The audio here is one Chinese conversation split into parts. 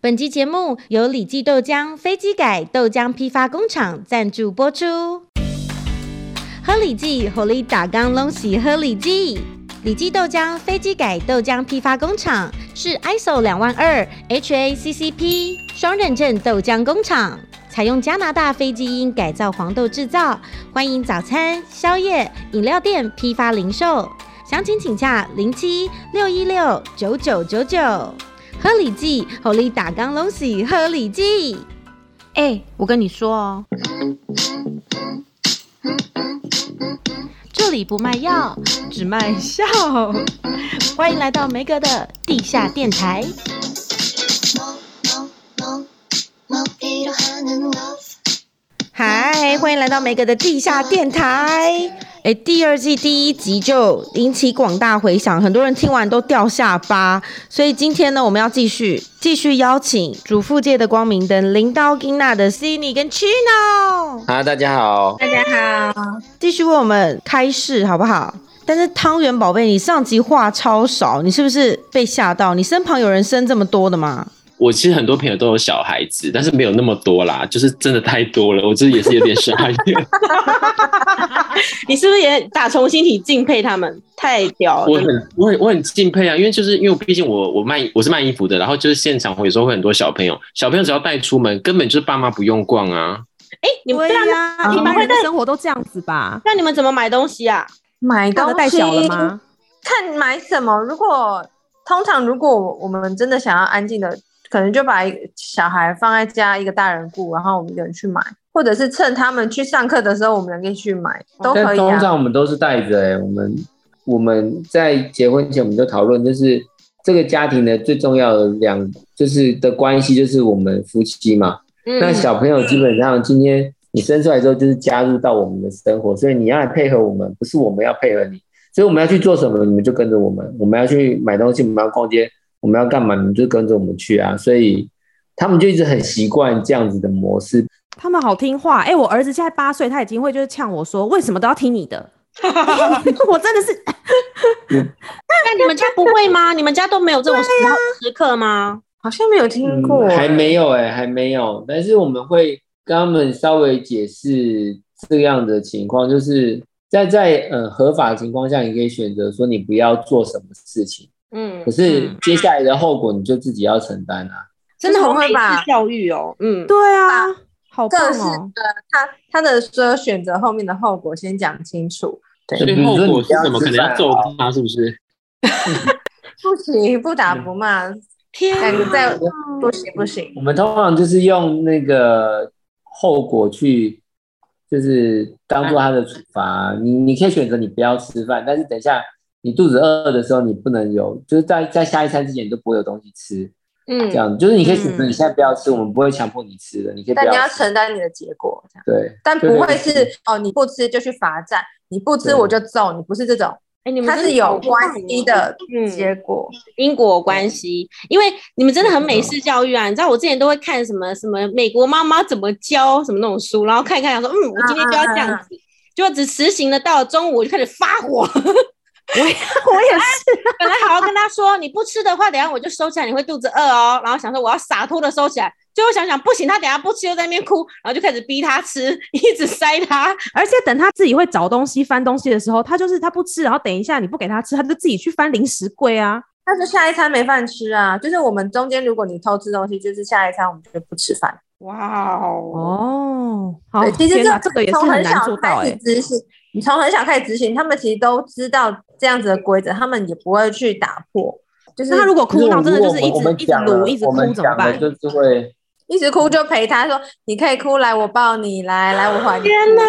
本集节目由李记豆浆飞机改豆浆批发工厂赞助播出。喝李记，活力打刚隆喜喝李记。李记豆浆飞机改豆浆批发工厂是 ISO 两万二 HACCP 双认证豆浆工厂，采用加拿大飞机因改造黄豆制造，欢迎早餐、宵夜、饮料店批发零售。详情请洽零七六一六九九九九。喝李记，活力打刚隆喜喝李记。哎、我跟你说哦，这里不卖药，只卖笑。欢迎来到梅哥的地下电台。 먹이로 하는 love 嗨，欢迎来到梅哥的地下电台。哎，第二季第一集就引起广大回响，很多人听完都掉下巴。所以今天呢，我们要继续继续邀请主妇界的光明灯林刀金娜的 Cindy 跟 Chino，啊哈，大家好。大家好，继续为我们开市好不好？但是汤圆宝贝，你上集话超少，你是不是被吓到？你身旁有人生这么多的吗？我其实很多朋友都有小孩子，但是没有那么多啦，就是真的太多了，我这也是有点傻 眼。 你是不是也打从心底敬佩他们？太屌我了！很我很我很敬佩啊，因为就是因为我毕竟我我卖我是卖衣服的，然后就是现场我有时候会很多小朋友，小朋友只要带出门，根本就是爸妈不用逛啊。哎、你们对那呀、你一们般会人带的生活都这样子吧？那你们怎么买东西啊？买东的西带小了吗？ 看买什么。如果通常如果我们真的想要安静的，可能就把一个小孩放在家，一个大人顾，然后我们一个人去买，或者是趁他们去上课的时候，我们两个一起去买，都可哦但以通啊。常我们都是带着、欸，我们我们在结婚前我们就讨论，就是这个家庭的最重要的两就是的关系就是我们夫妻嘛。嗯 那小朋友基本上今天你生出来之后就是加入到我们的生活，所以你要来配合我们，不是我们要配合你。所以我们要去做什么，你们就跟着我们；我们要去买东西，我们要逛街，我们要干嘛，你们就跟着我们去啊。所以他们就一直很习惯这样子的模式，他们好听话。哎、我儿子现在八岁，他已经会就是呛我说，为什么都要听你的？我真的是，那你们家不会 吗？你们家都没有这种时候时刻吗？好像没有听过、欸嗯、还没有哎、还没有。但是我们会跟他们稍微解释这样的情况，就是在在呃合法的情况下，你可以选择说你不要做什么事情，嗯可，是接下来的后果你就自己要承担啊。真的好美会吧式教育哦。嗯，对啊，好这棒是哦！呃，他他的说选择后面的后果先讲清楚，对所以比如后说果哎你是不要什么？吃可能要饭揍啊他，是不是？不行，不打不骂，嗯天感觉啊，在不行不行，我们通常就是用那个后果去，就是当做他的处罚。你你可以选择你不要吃饭，但是等一下你肚子饿的时候，你不能有，就是在在下一餐之前你都不会有东西吃。嗯这，样就是你可以选择你现在不要吃，我们不会强迫你吃的，你可以不但你要吃。承担你的结果，这样。对，但就不类会似是哦，你不吃就去罚站，你不吃对我就揍你，不是这种，哎，你们它真的是好有棒关哦系的嗯，结果。因果关系，因为你们真的很美式教育啊！你知道我之前都会看什么什么美国妈妈怎么教什么那种书，然后看一看，想说嗯，我今天就要这样子，就只实行了。到了中午我就开始发火，我也是，本来好好跟他说，你不吃的话，等一下我就收起来，你会肚子饿哦。然后想说我要洒脱的收起来，最后想想不行，他等一下不吃又在那边哭，然后就开始逼他吃，一直塞他。而且等他自己会找东西、翻东西的时候，他就是他不吃，然后等一下你不给他吃，他就自己去翻零食柜啊。但是下一餐没饭吃啊，就是我们中间如果你偷吃东西，就是下一餐我们就不吃饭。哇哦，哦，好对，，其实天哪这这个也是从很很难小做到开哎、始执行，你从很小开始执行，他们其实都知道这样子的规则，他们也不会去打破。就是那他如果哭可是闹，真的如就果是我一我直们一直讲撸了一直我们哭怎么讲了办？就是会，一直哭就陪他说，你可以哭来，我抱你来，来我怀你。天哪，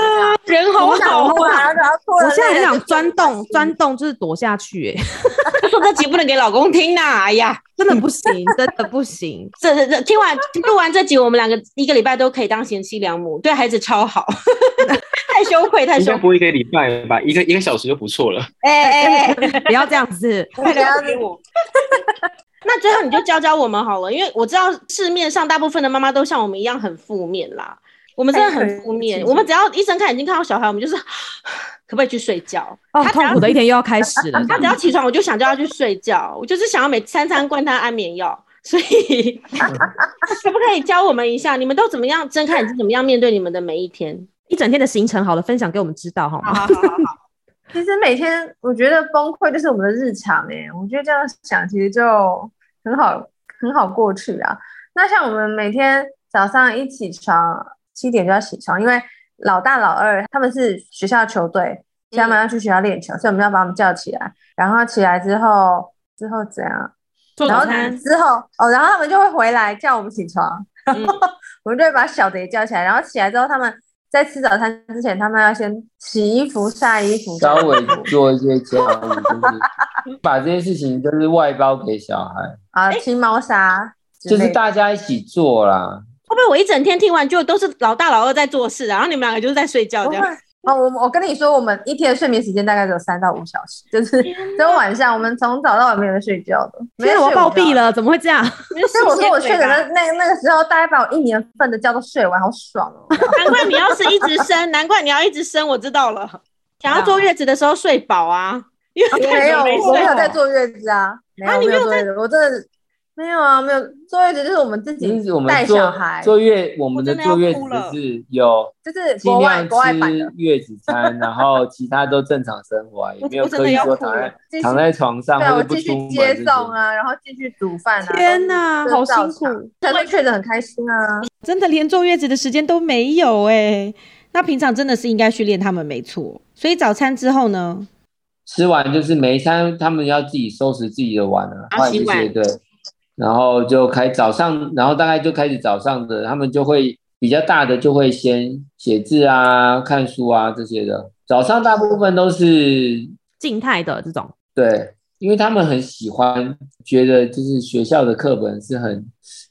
人好好哭啊！啊，然后哭了我现在很累了想就钻洞，哭了钻洞就是躲下去、哎，他说这集不能给老公听呐、哎呀，真的不行，真的不行。这这这听完录完这集，我们两个一个礼拜都可以当贤妻良母，对孩子超好， 太羞愧，太应羞该愧。不会一个礼拜吧，一个一个小时就不错了。哎哎哎，不要这样子，快聊给我。那最后你就教教我们好了，因为我知道市面上大部分的妈妈都像我们一样很负面啦。我们真的很负面，我们只要一睁开眼睛看到小孩，我们就是可不可以去睡觉？哦，他只痛要苦的一天又要开始了。他只要起床，我就想叫他去睡觉，我就是想要每三餐灌他安眠药。所 以可不可以教我们一下，你们都怎么样睁开眼睛，怎么样面对你们的每一天？一整天的行程，好了，分享给我们知道好吗？好好好，其实每天我觉得崩溃就是我们的日常哎、我觉得这样想其实就很好很好过去啊。那像我们每天早上一起床七点就要起床，因为老大老二他们是学校球队，所以嗯他们要去学校练球，所以我们要把他们叫起来。然后起来之后之后怎样？做然早后餐，之后哦，然后他们就会回来叫我们起床，嗯 我们就会把小的也叫起来，然后起来之后，他们在吃早餐之前，他们要先洗衣服、晒衣服，稍微做一些教育，就是 把这些事情都是外包给小孩，啊，清猫砂之就类的，是大家一起做啦。会不会我一整天听完就都是老大老二在做事啊，然后你们两个就是在睡觉不这会样？哦，我我跟你说，我们一天的睡眠时间大概只有三到五小时，就是只有晚上，我们从早到晚没有在睡觉的，没天有哪我暴毙了。了，怎么会这样？所以我说我睡的那了。那那个时候，大概把我一年份的觉都睡完，好爽哦！难怪你要是一直 生，难怪你要一直生，我知道了。想要坐月子的时候睡饱啊，因为没有，没我没睡有在坐月子啊，没有，啊你没没有有坐月子，我真的没有啊，没有坐月子就是我们自己就是我们带坐小孩，坐月，我们的真的要坐月子哭了就是有就是尽国外量国外版吃的，月子餐，然后其他都正常生活啊，也我没有我真的刻意要说哭躺了在继续躺在床上对，啊或我者不继出续门接这些送啊，然后继续煮饭啊，天哪，都好是都辛苦，照常，才会确诊很开心啊。真的连坐月子的时间都没有哎、那平常真的是应该训练他们没错。所以早餐之后呢，吃完就是每一餐他们要自己收拾自己的碗啊，啊换洗一碗些对，然后就开早上，然后大概就开始早上的，他们就会比较大的就会先写字啊、看书啊这些的。早上大部分都是静态的这种，对，因为他们很喜欢，觉得就是学校的课本是很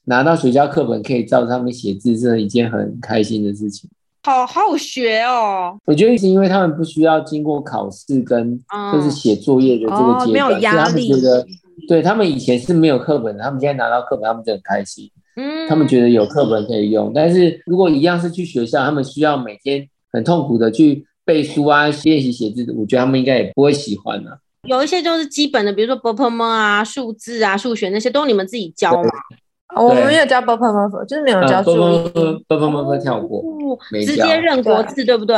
拿到学校课本可以照着他们写字，是一件很开心的事情。好好学哦。我觉得是因为他们不需要经过考试跟嗯就是写作业的这个哦阶段，没有所以压他们力觉得，对他们以前是没有课本的，他们现在拿到课本，他们就很开心，嗯他们觉得有课本可以用。但是如果一样是去学校，他们需要每天很痛苦的去背书啊、练习写字，我觉得他们应该也不会喜欢啊的、有一些就是基本的，比如说 b p m 啊、数字啊、数学那些，都你们自己教嘛。哦我们没有教 b o p m o 就是没有教啊。注不不意，不不不不不跳过，哦没直教接认国字，对不对？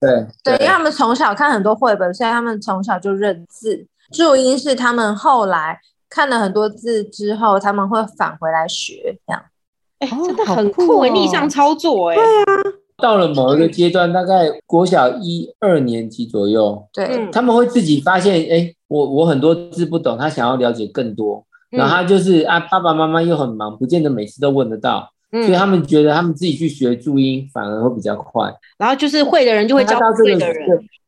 对对，因为他们从小看很多绘本，所以他们从小就认字。注音是他们后来看了很多字之后，他们会返回来学这样。哎，哦真的好很酷酷哎，哦逆向操作哎。到了某一嗯个阶段，大概国小一二年级左右，对，嗯他们会自己发现，哎、我我很多字不懂，他想要了解更多，嗯然后他就是、啊，爸爸妈妈又很忙，不见得每次都问得到，所以嗯，他们觉得他们自己去学注音反而会比较快。然后就是会的人就会他教到不这会个的人。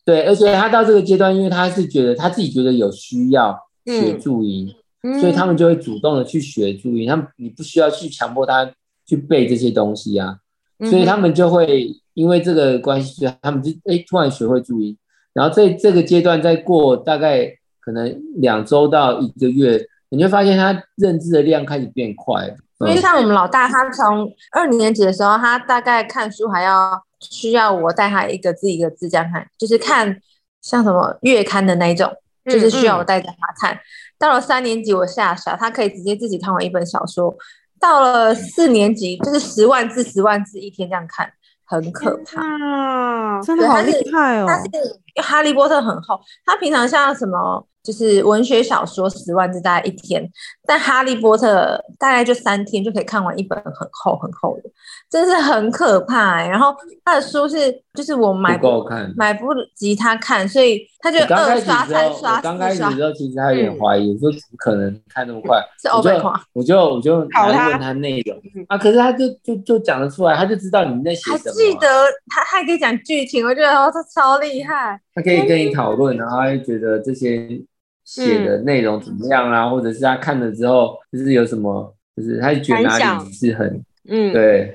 对，而且他到这个阶段，因为他是觉得他自己觉得有需要学嗯注音，嗯所以他们就会主动的去学注音，他们你不需要去强迫他去背这些东西啊，嗯所嗯以他们就会因为这个关系，所以他们就哎、诶突然学会注音，然后在这个阶段再过大概可能两周到一个月，你会发现他认知的量开始变快了，因嗯为，像我们老大，他从二年级的时候，他大概看书还要需要我带他一个字一个字这样看，就是看像什么月刊的那一种，就是需要我带着他看。到了三年级，我吓傻，他可以直接自己看完一本小说。到了四年级，就是十万字、十万字一天这样看，很可怕。啊，真的对好它是厉害哦但！是《哈利波特》很厚，他平常像什么就是文学小说十万字大概一天，但《哈利波特》大概就三天就可以看完一本很厚很厚的，真是很可怕、欸。然后他的书是就是我买嗯不够看。买不及他看，所以他就我刚开二始的刷时候，三我刷刚开四始刷嗯的，时候，其实他有点怀疑，我说怎么可能看那么快？是我欧就贝狂。我就我就考他来问他内容啊，可是他就就就讲得出来，他就知道你在嗯写还什么啊，记得他还可以讲剧情，我觉得哦他超厉害。他可以跟你讨论，然后他就觉得这些写的内容怎么样啊，或者是他看了之后就是有什么，就是他就觉得感哪里想是很嗯，对，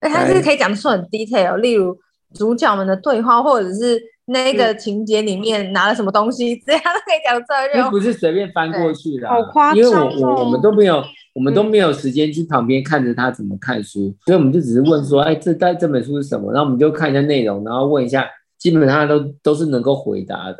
哎，他是可以讲出很 detail，例如主角们的对话，或者是哎那个情节里面拿了什么东西， 这样都可以讲出来。那不是随便翻过去啦，好夸张哦因为我我我们都没有。我们都没有时间去旁边看着他怎么看书，所以我们就只是问说，哎，这在这本书是什么？然后我们就看一下内容，然后问一下，基本上都都是能够回答的。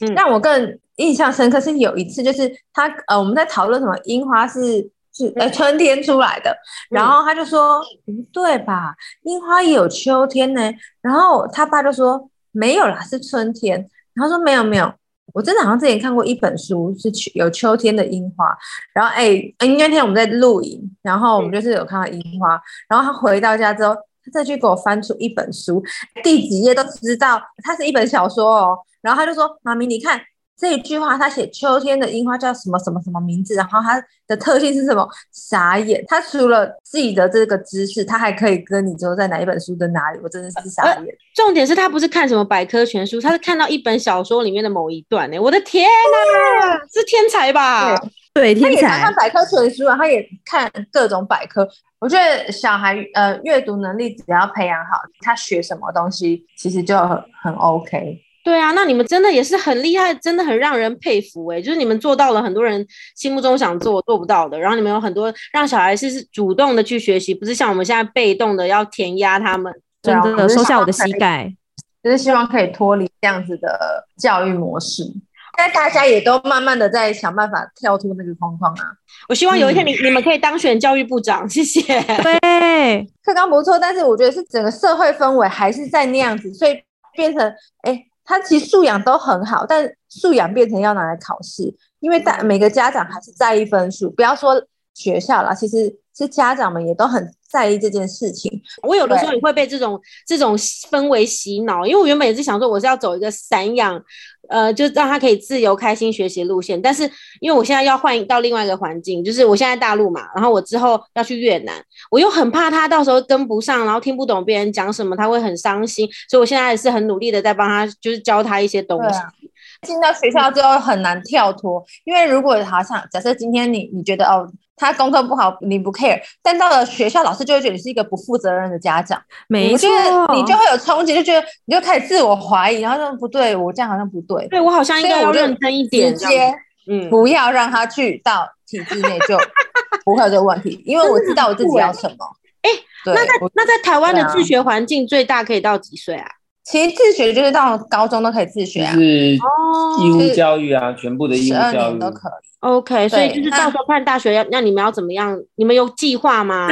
嗯让我更印象深刻是有一次，就是他呃，我们在讨论什么樱花是是呃春天出来的，然后他就说不对吧，樱花也有秋天呢。然后他爸就说没有啦，是春天。然后他说没有没有，我真的好像之前看过一本书是秋有秋天的樱花。然后哎、哎因为那天我们在露营，然后我们就是有看到樱花。然后他回到家之后，他再去给我翻出一本书，第几页都知道它是一本小说哦。然后他就说：“妈咪，你看这一句话，他写秋天的樱花叫什么什么什么名字，然后它的特性是什么？”傻眼，他除了记得这个知识，他还可以跟你说在哪一本书的哪里，我真的是傻眼。重点是他不是看什么百科全书，他是看到一本小说里面的某一段、欸。我的天哪、是天才吧？对，他呃也天常才看，百科全书啊，他也看各种百科。我觉得小孩呃阅读能力只要培养好，他学什么东西其实就很很 OK。对啊，那你们真的也是很厉害，真的很让人佩服哎、就是你们做到了很多人心目中想做做不到的，然后你们有很多让小孩是主动的去学习，不是像我们现在被动的要填压他们。对真啊的收下我的膝，盖。我就是希望可以就是希望可以脱离这样子的教育模式。但大家也都慢慢的在想办法跳脱那个框框啊。我希望有一天你、你们可以当选教育部长，谢谢。对，课纲不错，但是我觉得是整个社会氛围还是在那样子，所以变成哎、他其实素养都很好，但素养变成要拿来考试，因为大每个家长还是在意分数，不要说学校啦，其实是家长们也都很在意这件事情。我有的时候对也会被这种这种氛围洗脑，因为我原本也是想说我是要走一个散养，呃，就让他可以自由开心学习路线。但是因为我现在要换到另外一个环境，就是我现在在大陆嘛，然后我之后要去越南，我又很怕他到时候跟不上，然后听不懂别人讲什么，他会很伤心。所以我现在也是很努力的在帮他，就是教他一些东对西。啊进到学校之后很难跳脱，因为如果好像假设今天你你觉得哦他功课不好你不 care，但到了学校老师就会觉得你是一个不负责任的家长。没我觉错，得你就会有冲击，就觉得你就开始自我怀疑，然后说不对，我这样好像不对，对我好像应该所以要我就认真一点这直样接子，嗯，不要让他去到体制内就不会有这个问题，因为我知道我自己要什么。哎对，那在我那在台湾的对啊自学环境最大可以到几岁啊？其实自学就是到高中都可以自学就啊，是义哦务教育啊，全部的义十务二教育年都可以。 ，OK，所以对就是那到时候看大学要，那你们要怎么样？你们有计划 吗？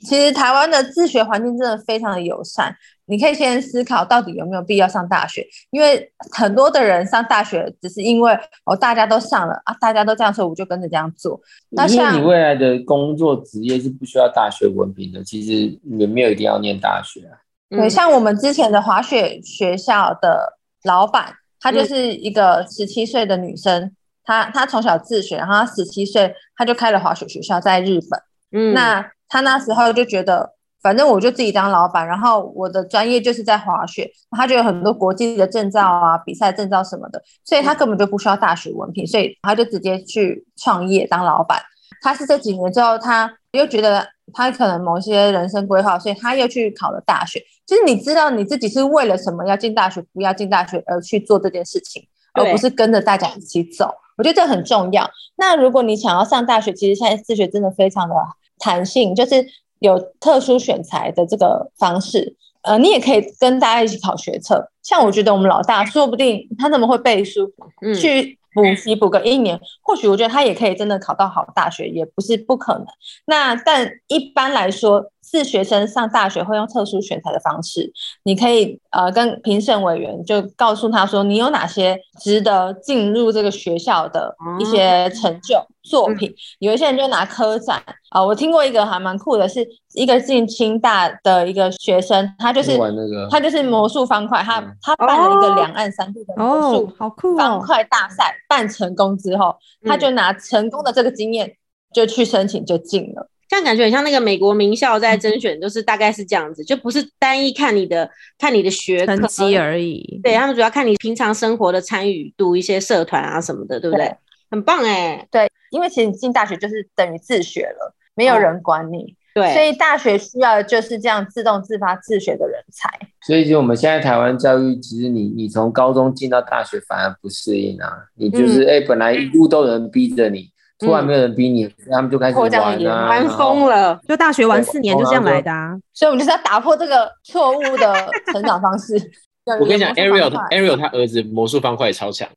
其实台湾的自学环境真的非常的友善，你可以先思考到底有没有必要上大学，因为很多的人上大学只是因为哦大家都上了啊，大家都这样，所以我就跟着这样做。那因像为你未来的工作职业是不需要大学文凭的，其实也没有一定要念大学啊。嗯对，像我们之前的滑雪学校的老板，她就是一个十七岁的女生，她她从小自学，然后她十七岁她就开了滑雪学校在日本。嗯，那她那时候就觉得，反正我就自己当老板，然后我的专业就是在滑雪，她就有很多国际的证照啊、比赛证照什么的，所以她根本就不需要大学文凭，所以她就直接去创业当老板。她是这几年之后，她又觉得她可能某些人生规划，所以她又去考了大学。就是你知道你自己是为了什么要进大学，不要进大学而去做这件事情，而对不是跟着大家一起走。我觉得这很重要。那如果你想要上大学，其实现在自学真的非常的弹性，就是有特殊选材的这个方式。呃，你也可以跟大家一起考学测。像我觉得我们老大，说不定他怎么会背书，嗯去补习补个一年，或许我觉得他也可以真的考到好大学，也不是不可能。那但一般来说，是学生上大学会用特殊选材的方式，你可以呃跟评审委员就告诉他说，你有哪些值得进入这个学校的一些成就、作品。有一些人就拿科展啊、我听过一个还蛮酷的是，一个进清大的一个学生，他就是玩那个他就是魔术方块，他嗯他办了一个两岸三地的魔术哦，好酷方哦，块大赛办成功之后，他嗯就拿成功的这个经验就去申请就进了。这样感觉很像那个美国名校在嗯甄选，就是大概是这样子，就不是单一看你的看你的学成科绩而已。对他们主要看你平常生活的参与度、一些社团啊什么的，对不对？对很棒哎、对，因为其实你进大学就是等于自学了，没哦有人管你，对，所以大学需要的就是这样自动自发自学的人才。所以，就我们现在台湾教育，其实你你从高中进到大学反而不适应啊，你就是哎、本来一路都有人逼着你，突然没有人逼你，他们就开始扩玩张野啊，玩疯了。了。就大学玩四年就这样来的啊， 所以我们就是要打破这个错误的成长方式。我跟你讲有魔，Ariel 术方块 Ariel 他儿子魔术方块也超强，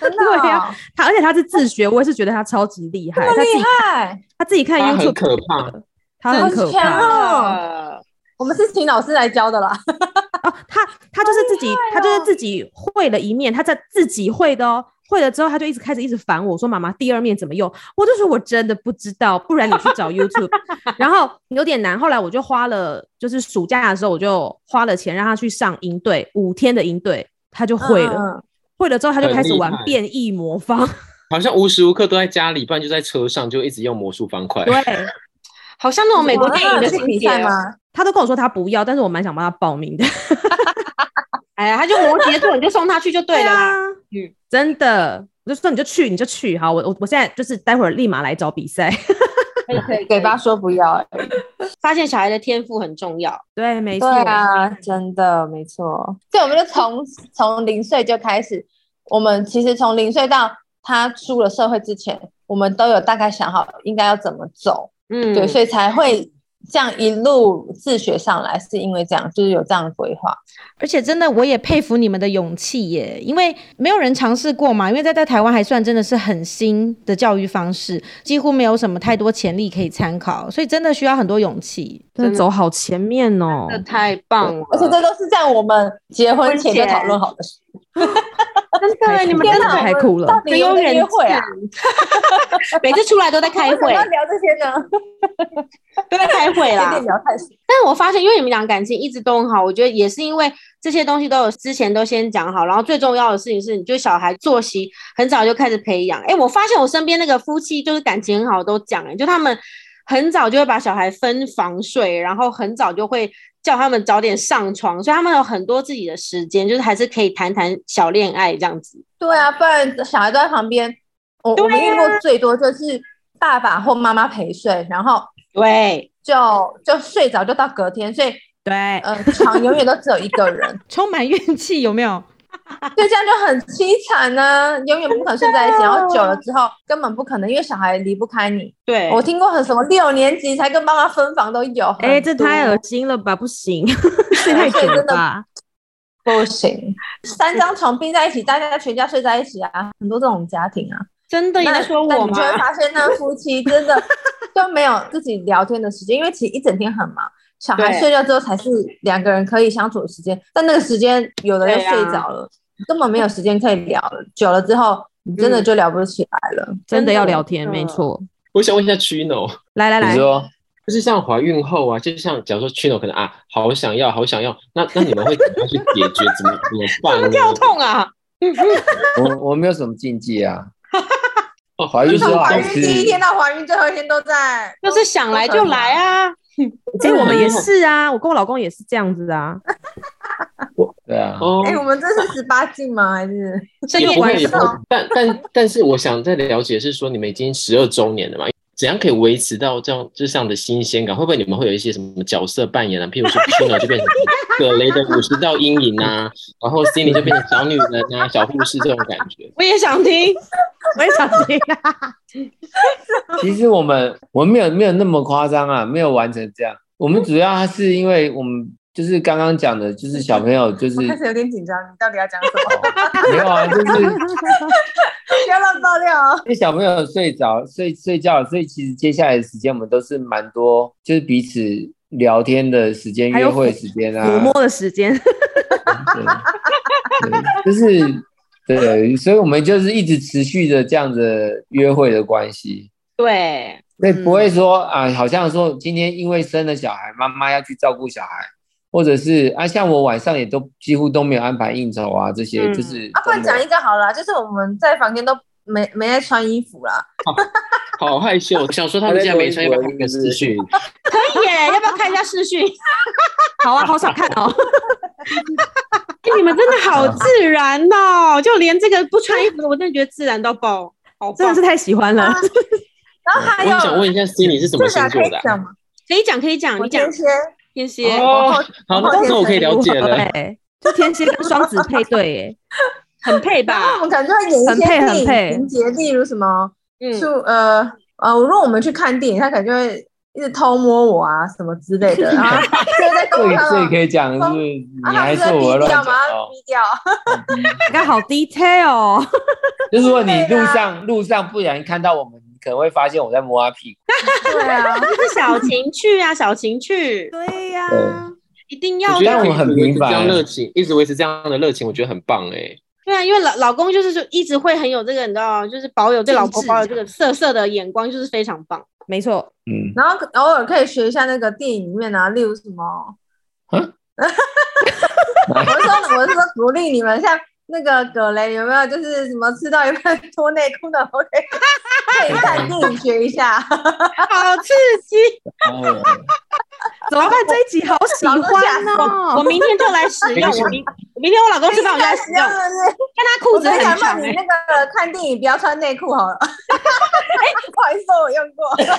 真的对哦啊他而且他是自学，我也是觉得他超级厉害，这么他自厉己害，他自己看他很 YouTube 可怕的，啊他很可好强怕哦呃我们是请老师来教的啦。哦，他他就是自己他哦就是自己会了一面，他在自己会的哦。会了之后，他就一直开始一直烦我说：“妈妈，第二面怎么用？”我就说：“我真的不知道，不然你去找 YouTube。”然后有点难，后来我就花了，就是暑假的时候，我就花了钱让他去上营队，五天的营队，他就会了。嗯会了之后，他就很开始厉玩害变异魔 方。好像无时无刻都在家里，不然就在车上，就一直用魔术方块。对，好像那种美国哇电影的那情有去啊比节赛哦。吗？他都跟我说他不要，但是我蛮想帮他报名的。哎呀，他就摩羯座，你就送他去就对了啊啦。嗯嗯，真的，我就说你就去，你就去。好，我我我现在就是待会儿立马来找比赛。 可以可以，嘴巴说不要、欸，发现小孩的天赋很重要。对，没错。对啊，真的没错。对，我们就从从零岁就开始，我们其实从零岁到他出了社会之前，我们都有大概想好应该要怎么走，嗯，对，所以才会这样一路自学上来，是因为这样，就是有这样的规划。而且真的，我也佩服你们的勇气耶，因为没有人尝试过嘛。因为在在台湾还算真的是很新的教育方式，几乎没有什么太多潜力可以参考，所以真的需要很多勇气。真的走好前面哦真，的太棒了，而且这都是在我们结婚前就讨论好的事。真的你们天真哪的太酷了到底有有没有人约会啊？见每次出来都在开为什么 会要，聊这些呢？都在开会有 啦点。聊太深。但我发现，因为你们俩感情一直都很好，我觉得也是因为这些东西都有之前都先讲好，然后最重要的事情是，你就小孩作息很早就开始培养。哎，我发现我身边那个夫妻就是感情很好，都讲哎，就他们很早就会把小孩分房睡，然后很早就会叫他们早点上床，所以他们有很多自己的时间，就是还是可以谈谈小恋爱这样子。对啊，不然小孩都在旁边。我、我们遇啊过最多就是爸爸或妈妈陪睡，然后对，就就睡着就到隔天，所以对，呃床永远都只有一个人，充满 怨气有没有？所以这样就很凄惨呢、永远不可能睡在一起。然后久了之后根本不可能，因为小孩离不开你。对，我听过很什么六年级才跟妈妈分房都有，哎、这太恶心了吧，不行，睡太久了吧。不行，三张床并在一起，大家全家睡在一起啊，很多这种家庭啊。真的你在说那我你就会吗？发现那夫妻真的都没有自己聊天的时间，因为其实一整天很忙。小孩对睡觉之后才是两个人可以相处的时间，但那个时间有的人对啊睡着了，根本没有时间可以聊了。久了之后，你真的就聊不起来了。 真的要聊真天，的没错。 我想问一下 Chino，来来你来，说就是像怀孕后啊，就像假如说 Chino 可能啊，好想要，好想要，那那你们会怎么样去解决？怎么怎么办呢？跳痛啊！我我没有什么禁忌啊，哦怀孕之从后怀还孕是第一天到怀孕最后一天都在，就是想来就来啊！哎、我们也是啊，我跟我老公也是这样 子啊。对啊，哦哎、我们这是十八禁吗？还是深也夜不会，晚也不上会。哦但但但是，我想再了解是说，你们已经十二周年了嘛？怎样可以维持到这样这样的新鲜感？会不会你们会有一些什么角色扮演啊？譬如说 Chino 就 变成葛雷的五十道阴影啊，然后 Cindy 就变成小女人啊、小护士这种感觉。我也想听，我也想听、啊，其实我们我们没有没有那么夸张啊，没有完成这样。我们主要是因为我们就是刚刚讲的，就是小朋友就是我开始有点紧张，你到底要讲什么？没有啊，就是不要乱爆料哦。因为小朋友睡着睡睡觉了，所以其实接下来的时间我们都是蛮多，就是彼此聊天的时间、还有约会时间啊，抚摸的时间。 对对就是对，所以我们就是一直持续的这样的约会的关系。 对，所以不嗯会说啊、好像说今天因为生了小孩，妈妈要去照顾小孩，或者是啊，像我晚上也都几乎都没有安排应酬啊，这些、嗯就是啊，不然都讲没一有个好了，就是我们在房间都没没在穿衣服啦，好害羞，我想说他们竟然没穿，要不要看个私讯？可以耶，要不要看一下视 讯？好啊，好想看哦。哎你们真的 好自然哦，就连这个不穿衣服的，我真的觉得自然到爆，好真棒的是！太喜欢了。然后还我有想问一下 Cindy 是什么哎这星个可座以的啊、讲吗？可以讲，可以啊讲，我你讲天蝎，天蝎，哦，我好，后那我可以了解了。对，就哎天蝎跟双子配对、哎，很配然后吧？我们可能就会演一很配很些电配影情节，例如什么嗯就呃呃，如果我们去看电影，他可能就会一直偷摸我啊什么之类的，然后就在这公里开这里了。可以讲，是不是？你啊，还他说不我是逼乱掉讲吗？他哦？逼掉，你看好 detail 哦。 就是说你对路啊上路上不小心看到我们，你可能会发现我在摸他屁股。对啊，就是 小情趣啊，小情趣对呀、一定要我觉的得但我很平凡这样热情，一直维持这样的热情，我觉得很棒哎、对啊，因为老老公就是就一直会很有这个，你知道，就是保有对老婆政治保有这个色色的眼光，就是非常棒。没错，嗯，然后偶尔可以学一下那个电影里面啊，例如什么，我啊是 说我是说鼓励你们，像那个葛雷有没有就是什么吃到一半 脱内裤的，我可以可以看电影学一下。好刺激！哦怎么办？这一集好喜欢 哦！我明天就来使用，我明我明天我老公吃饭我就来使用，看他裤我子只很是想长问哎、你那个看电影不要穿内裤好了。 不好意思，我用过，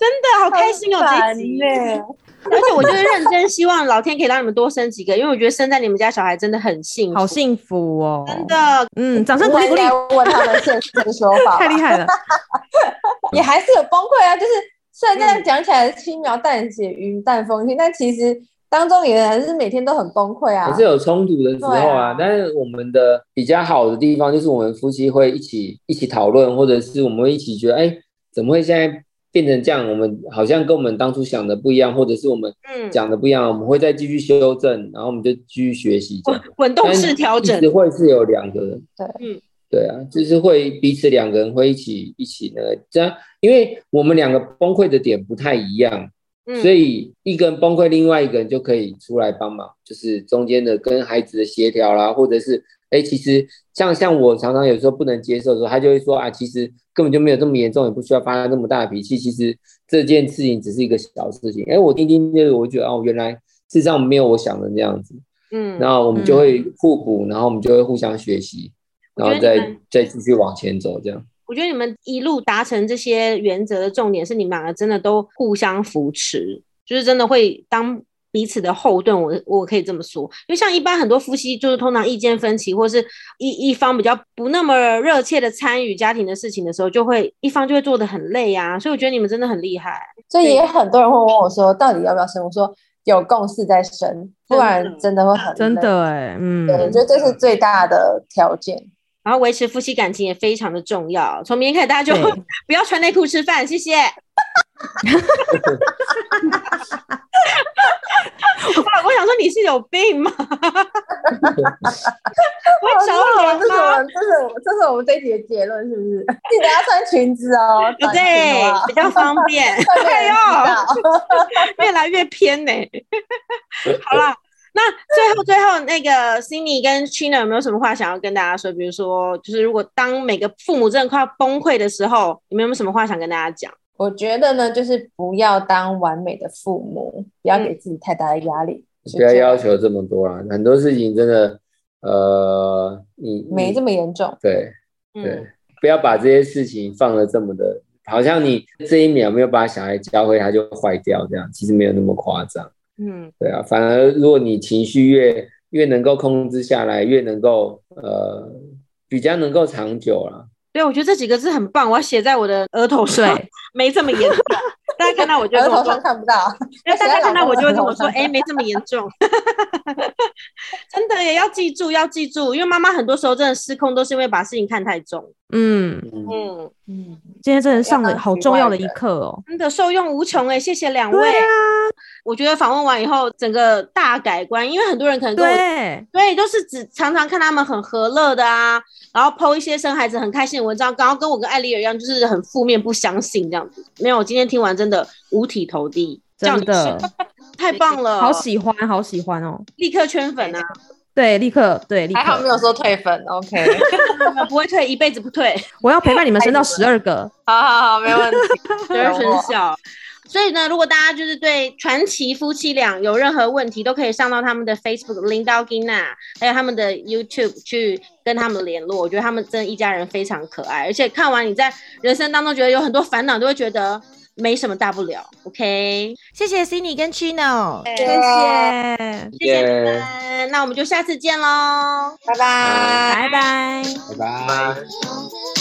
真的好开心哦这一集。呢。而且我就是认真希望老天可以让你们多生几个，因为我觉得生在你们家小孩真的很幸福，好幸福哦！真，的。嗯，掌声鼓励鼓励，来问他们现身说法吧， 太厉害了！也还是有崩溃啊。就是虽然这样讲起来轻描淡写、云淡风轻，但其实当中也还是每天都很崩溃啊还。是有冲突的时候对啊，啊但是我们的比较好的地方就是我们夫妻会一起一起讨论，或者是我们会一起觉得，哎，怎么会现在变成这样？我们好像跟我们当初想的不一样，或者是我们嗯，讲的不一样，我们会再继续修正，然后我们就继续学习这样滚。滚动式调整但一直，会是有两个人，对嗯，对啊，就是会彼此两个人会一起一起那个，这样，因为我们两个崩溃的点不太一样，嗯所以一个人崩溃，另外一个人就可以出来帮忙，就是中间的跟孩子的协调啦，或者是哎，其实像像我常常有时候不能接受的时候，他就会说啊，其实根本就没有这么严重，也不需要发那么大的脾气，其实这件事情只是一个小事情。哎，我听听这个，我就觉得哦，原来事实上没有我想的那样子。嗯，然后我们就会互补，然后我们就会互相学习，然后我觉得再你们再继续往前走，这样。我觉得你们一路达成这些原则的重点是，你们两个真的都互相扶持，就是真的会当彼此的后盾。我我可以这么说，因为像一般很多夫妻，就是通常意见分歧，或是一一方比较不那么热切的参与家庭的事情的时候，就会一方就会做的很累啊。所以我觉得你们真的很厉害，所以也很多人会问我说，到底要不要生？我说有共识再生，不然真的会很累真。的哎，嗯对，，我觉得这是最大的条件。然后维持夫妻感情也非常的重要。从明天开始，大家就对不要穿内裤吃饭，谢谢。我老公想说你是有病 吗？我哦少这脸是吗？我们这是我们这是我们这是我们这一集的结论，是不是？ 记得要穿裙子 哦，短裙好不好对，比较方 便。会被哎人知道呦， 越来越偏呢、好了，那最后最后那个 Cindy 跟 China 有没有什么话想要跟大家说？比如说，就是如果当每个父母真的快要崩溃的时候，你们有没有什么话想跟大家讲？我觉得呢，就是不要当完美的父母，不要给自己太大的压力，不要要求，求这么多啦，很多事情真的，呃，你你没这么严重。对对嗯，，不要把这些事情放的这么的，好像你这一秒没有把小孩教会，他就坏掉这样，其实没有那么夸张。嗯，对啊，反而如果你情绪越越能够控制下来，越能够呃比较能够长久啦。对，我觉得这几个字很棒，我要写在我的额头上。对，没这么严重，大家看到我就额跟我头说上，看不到，大家看到我就会跟我说，谁在老公的头上哎、没这么严 重。真的也要记住，要记住，因为妈妈很多时候真的失控，都是因为把事情看太重。嗯，嗯，嗯，嗯，今天真的上了好重要的一课哦。真的受用无穷哎、谢谢两位。啊我觉得访问完以后，整个大改观，因为很多人可能跟我。对，对，都是只常常看他们很和乐的啊，然后 PO 一些生孩子很开心的文章，然后跟我跟艾丽尔一样，就是很负面不相信这样子。没有，我今天听完真的五体投地，这样真的太棒了，好喜欢，好喜欢哦。立刻圈粉啊！对，立刻，对，立还好没刻，有说退粉，OK，不会退，一辈子不退，我要陪伴你们生到十二个。好好好，没问题， 得人啊生效。所以呢，如果大家就是对传奇夫妻俩有任何问题，都可以上到他们的 Facebook 领导 Gina，还有他们的 YouTube 去跟他们联络。我觉得他们真的一家人非常可爱，而且看完你在人生当中觉得有很多烦恼，都会觉得没什么大不了。OK，谢谢 Cindy 跟 Chino，谢谢谢，谢你耶呃们，那我们就下次见喽，拜拜。拜拜。拜拜。 Over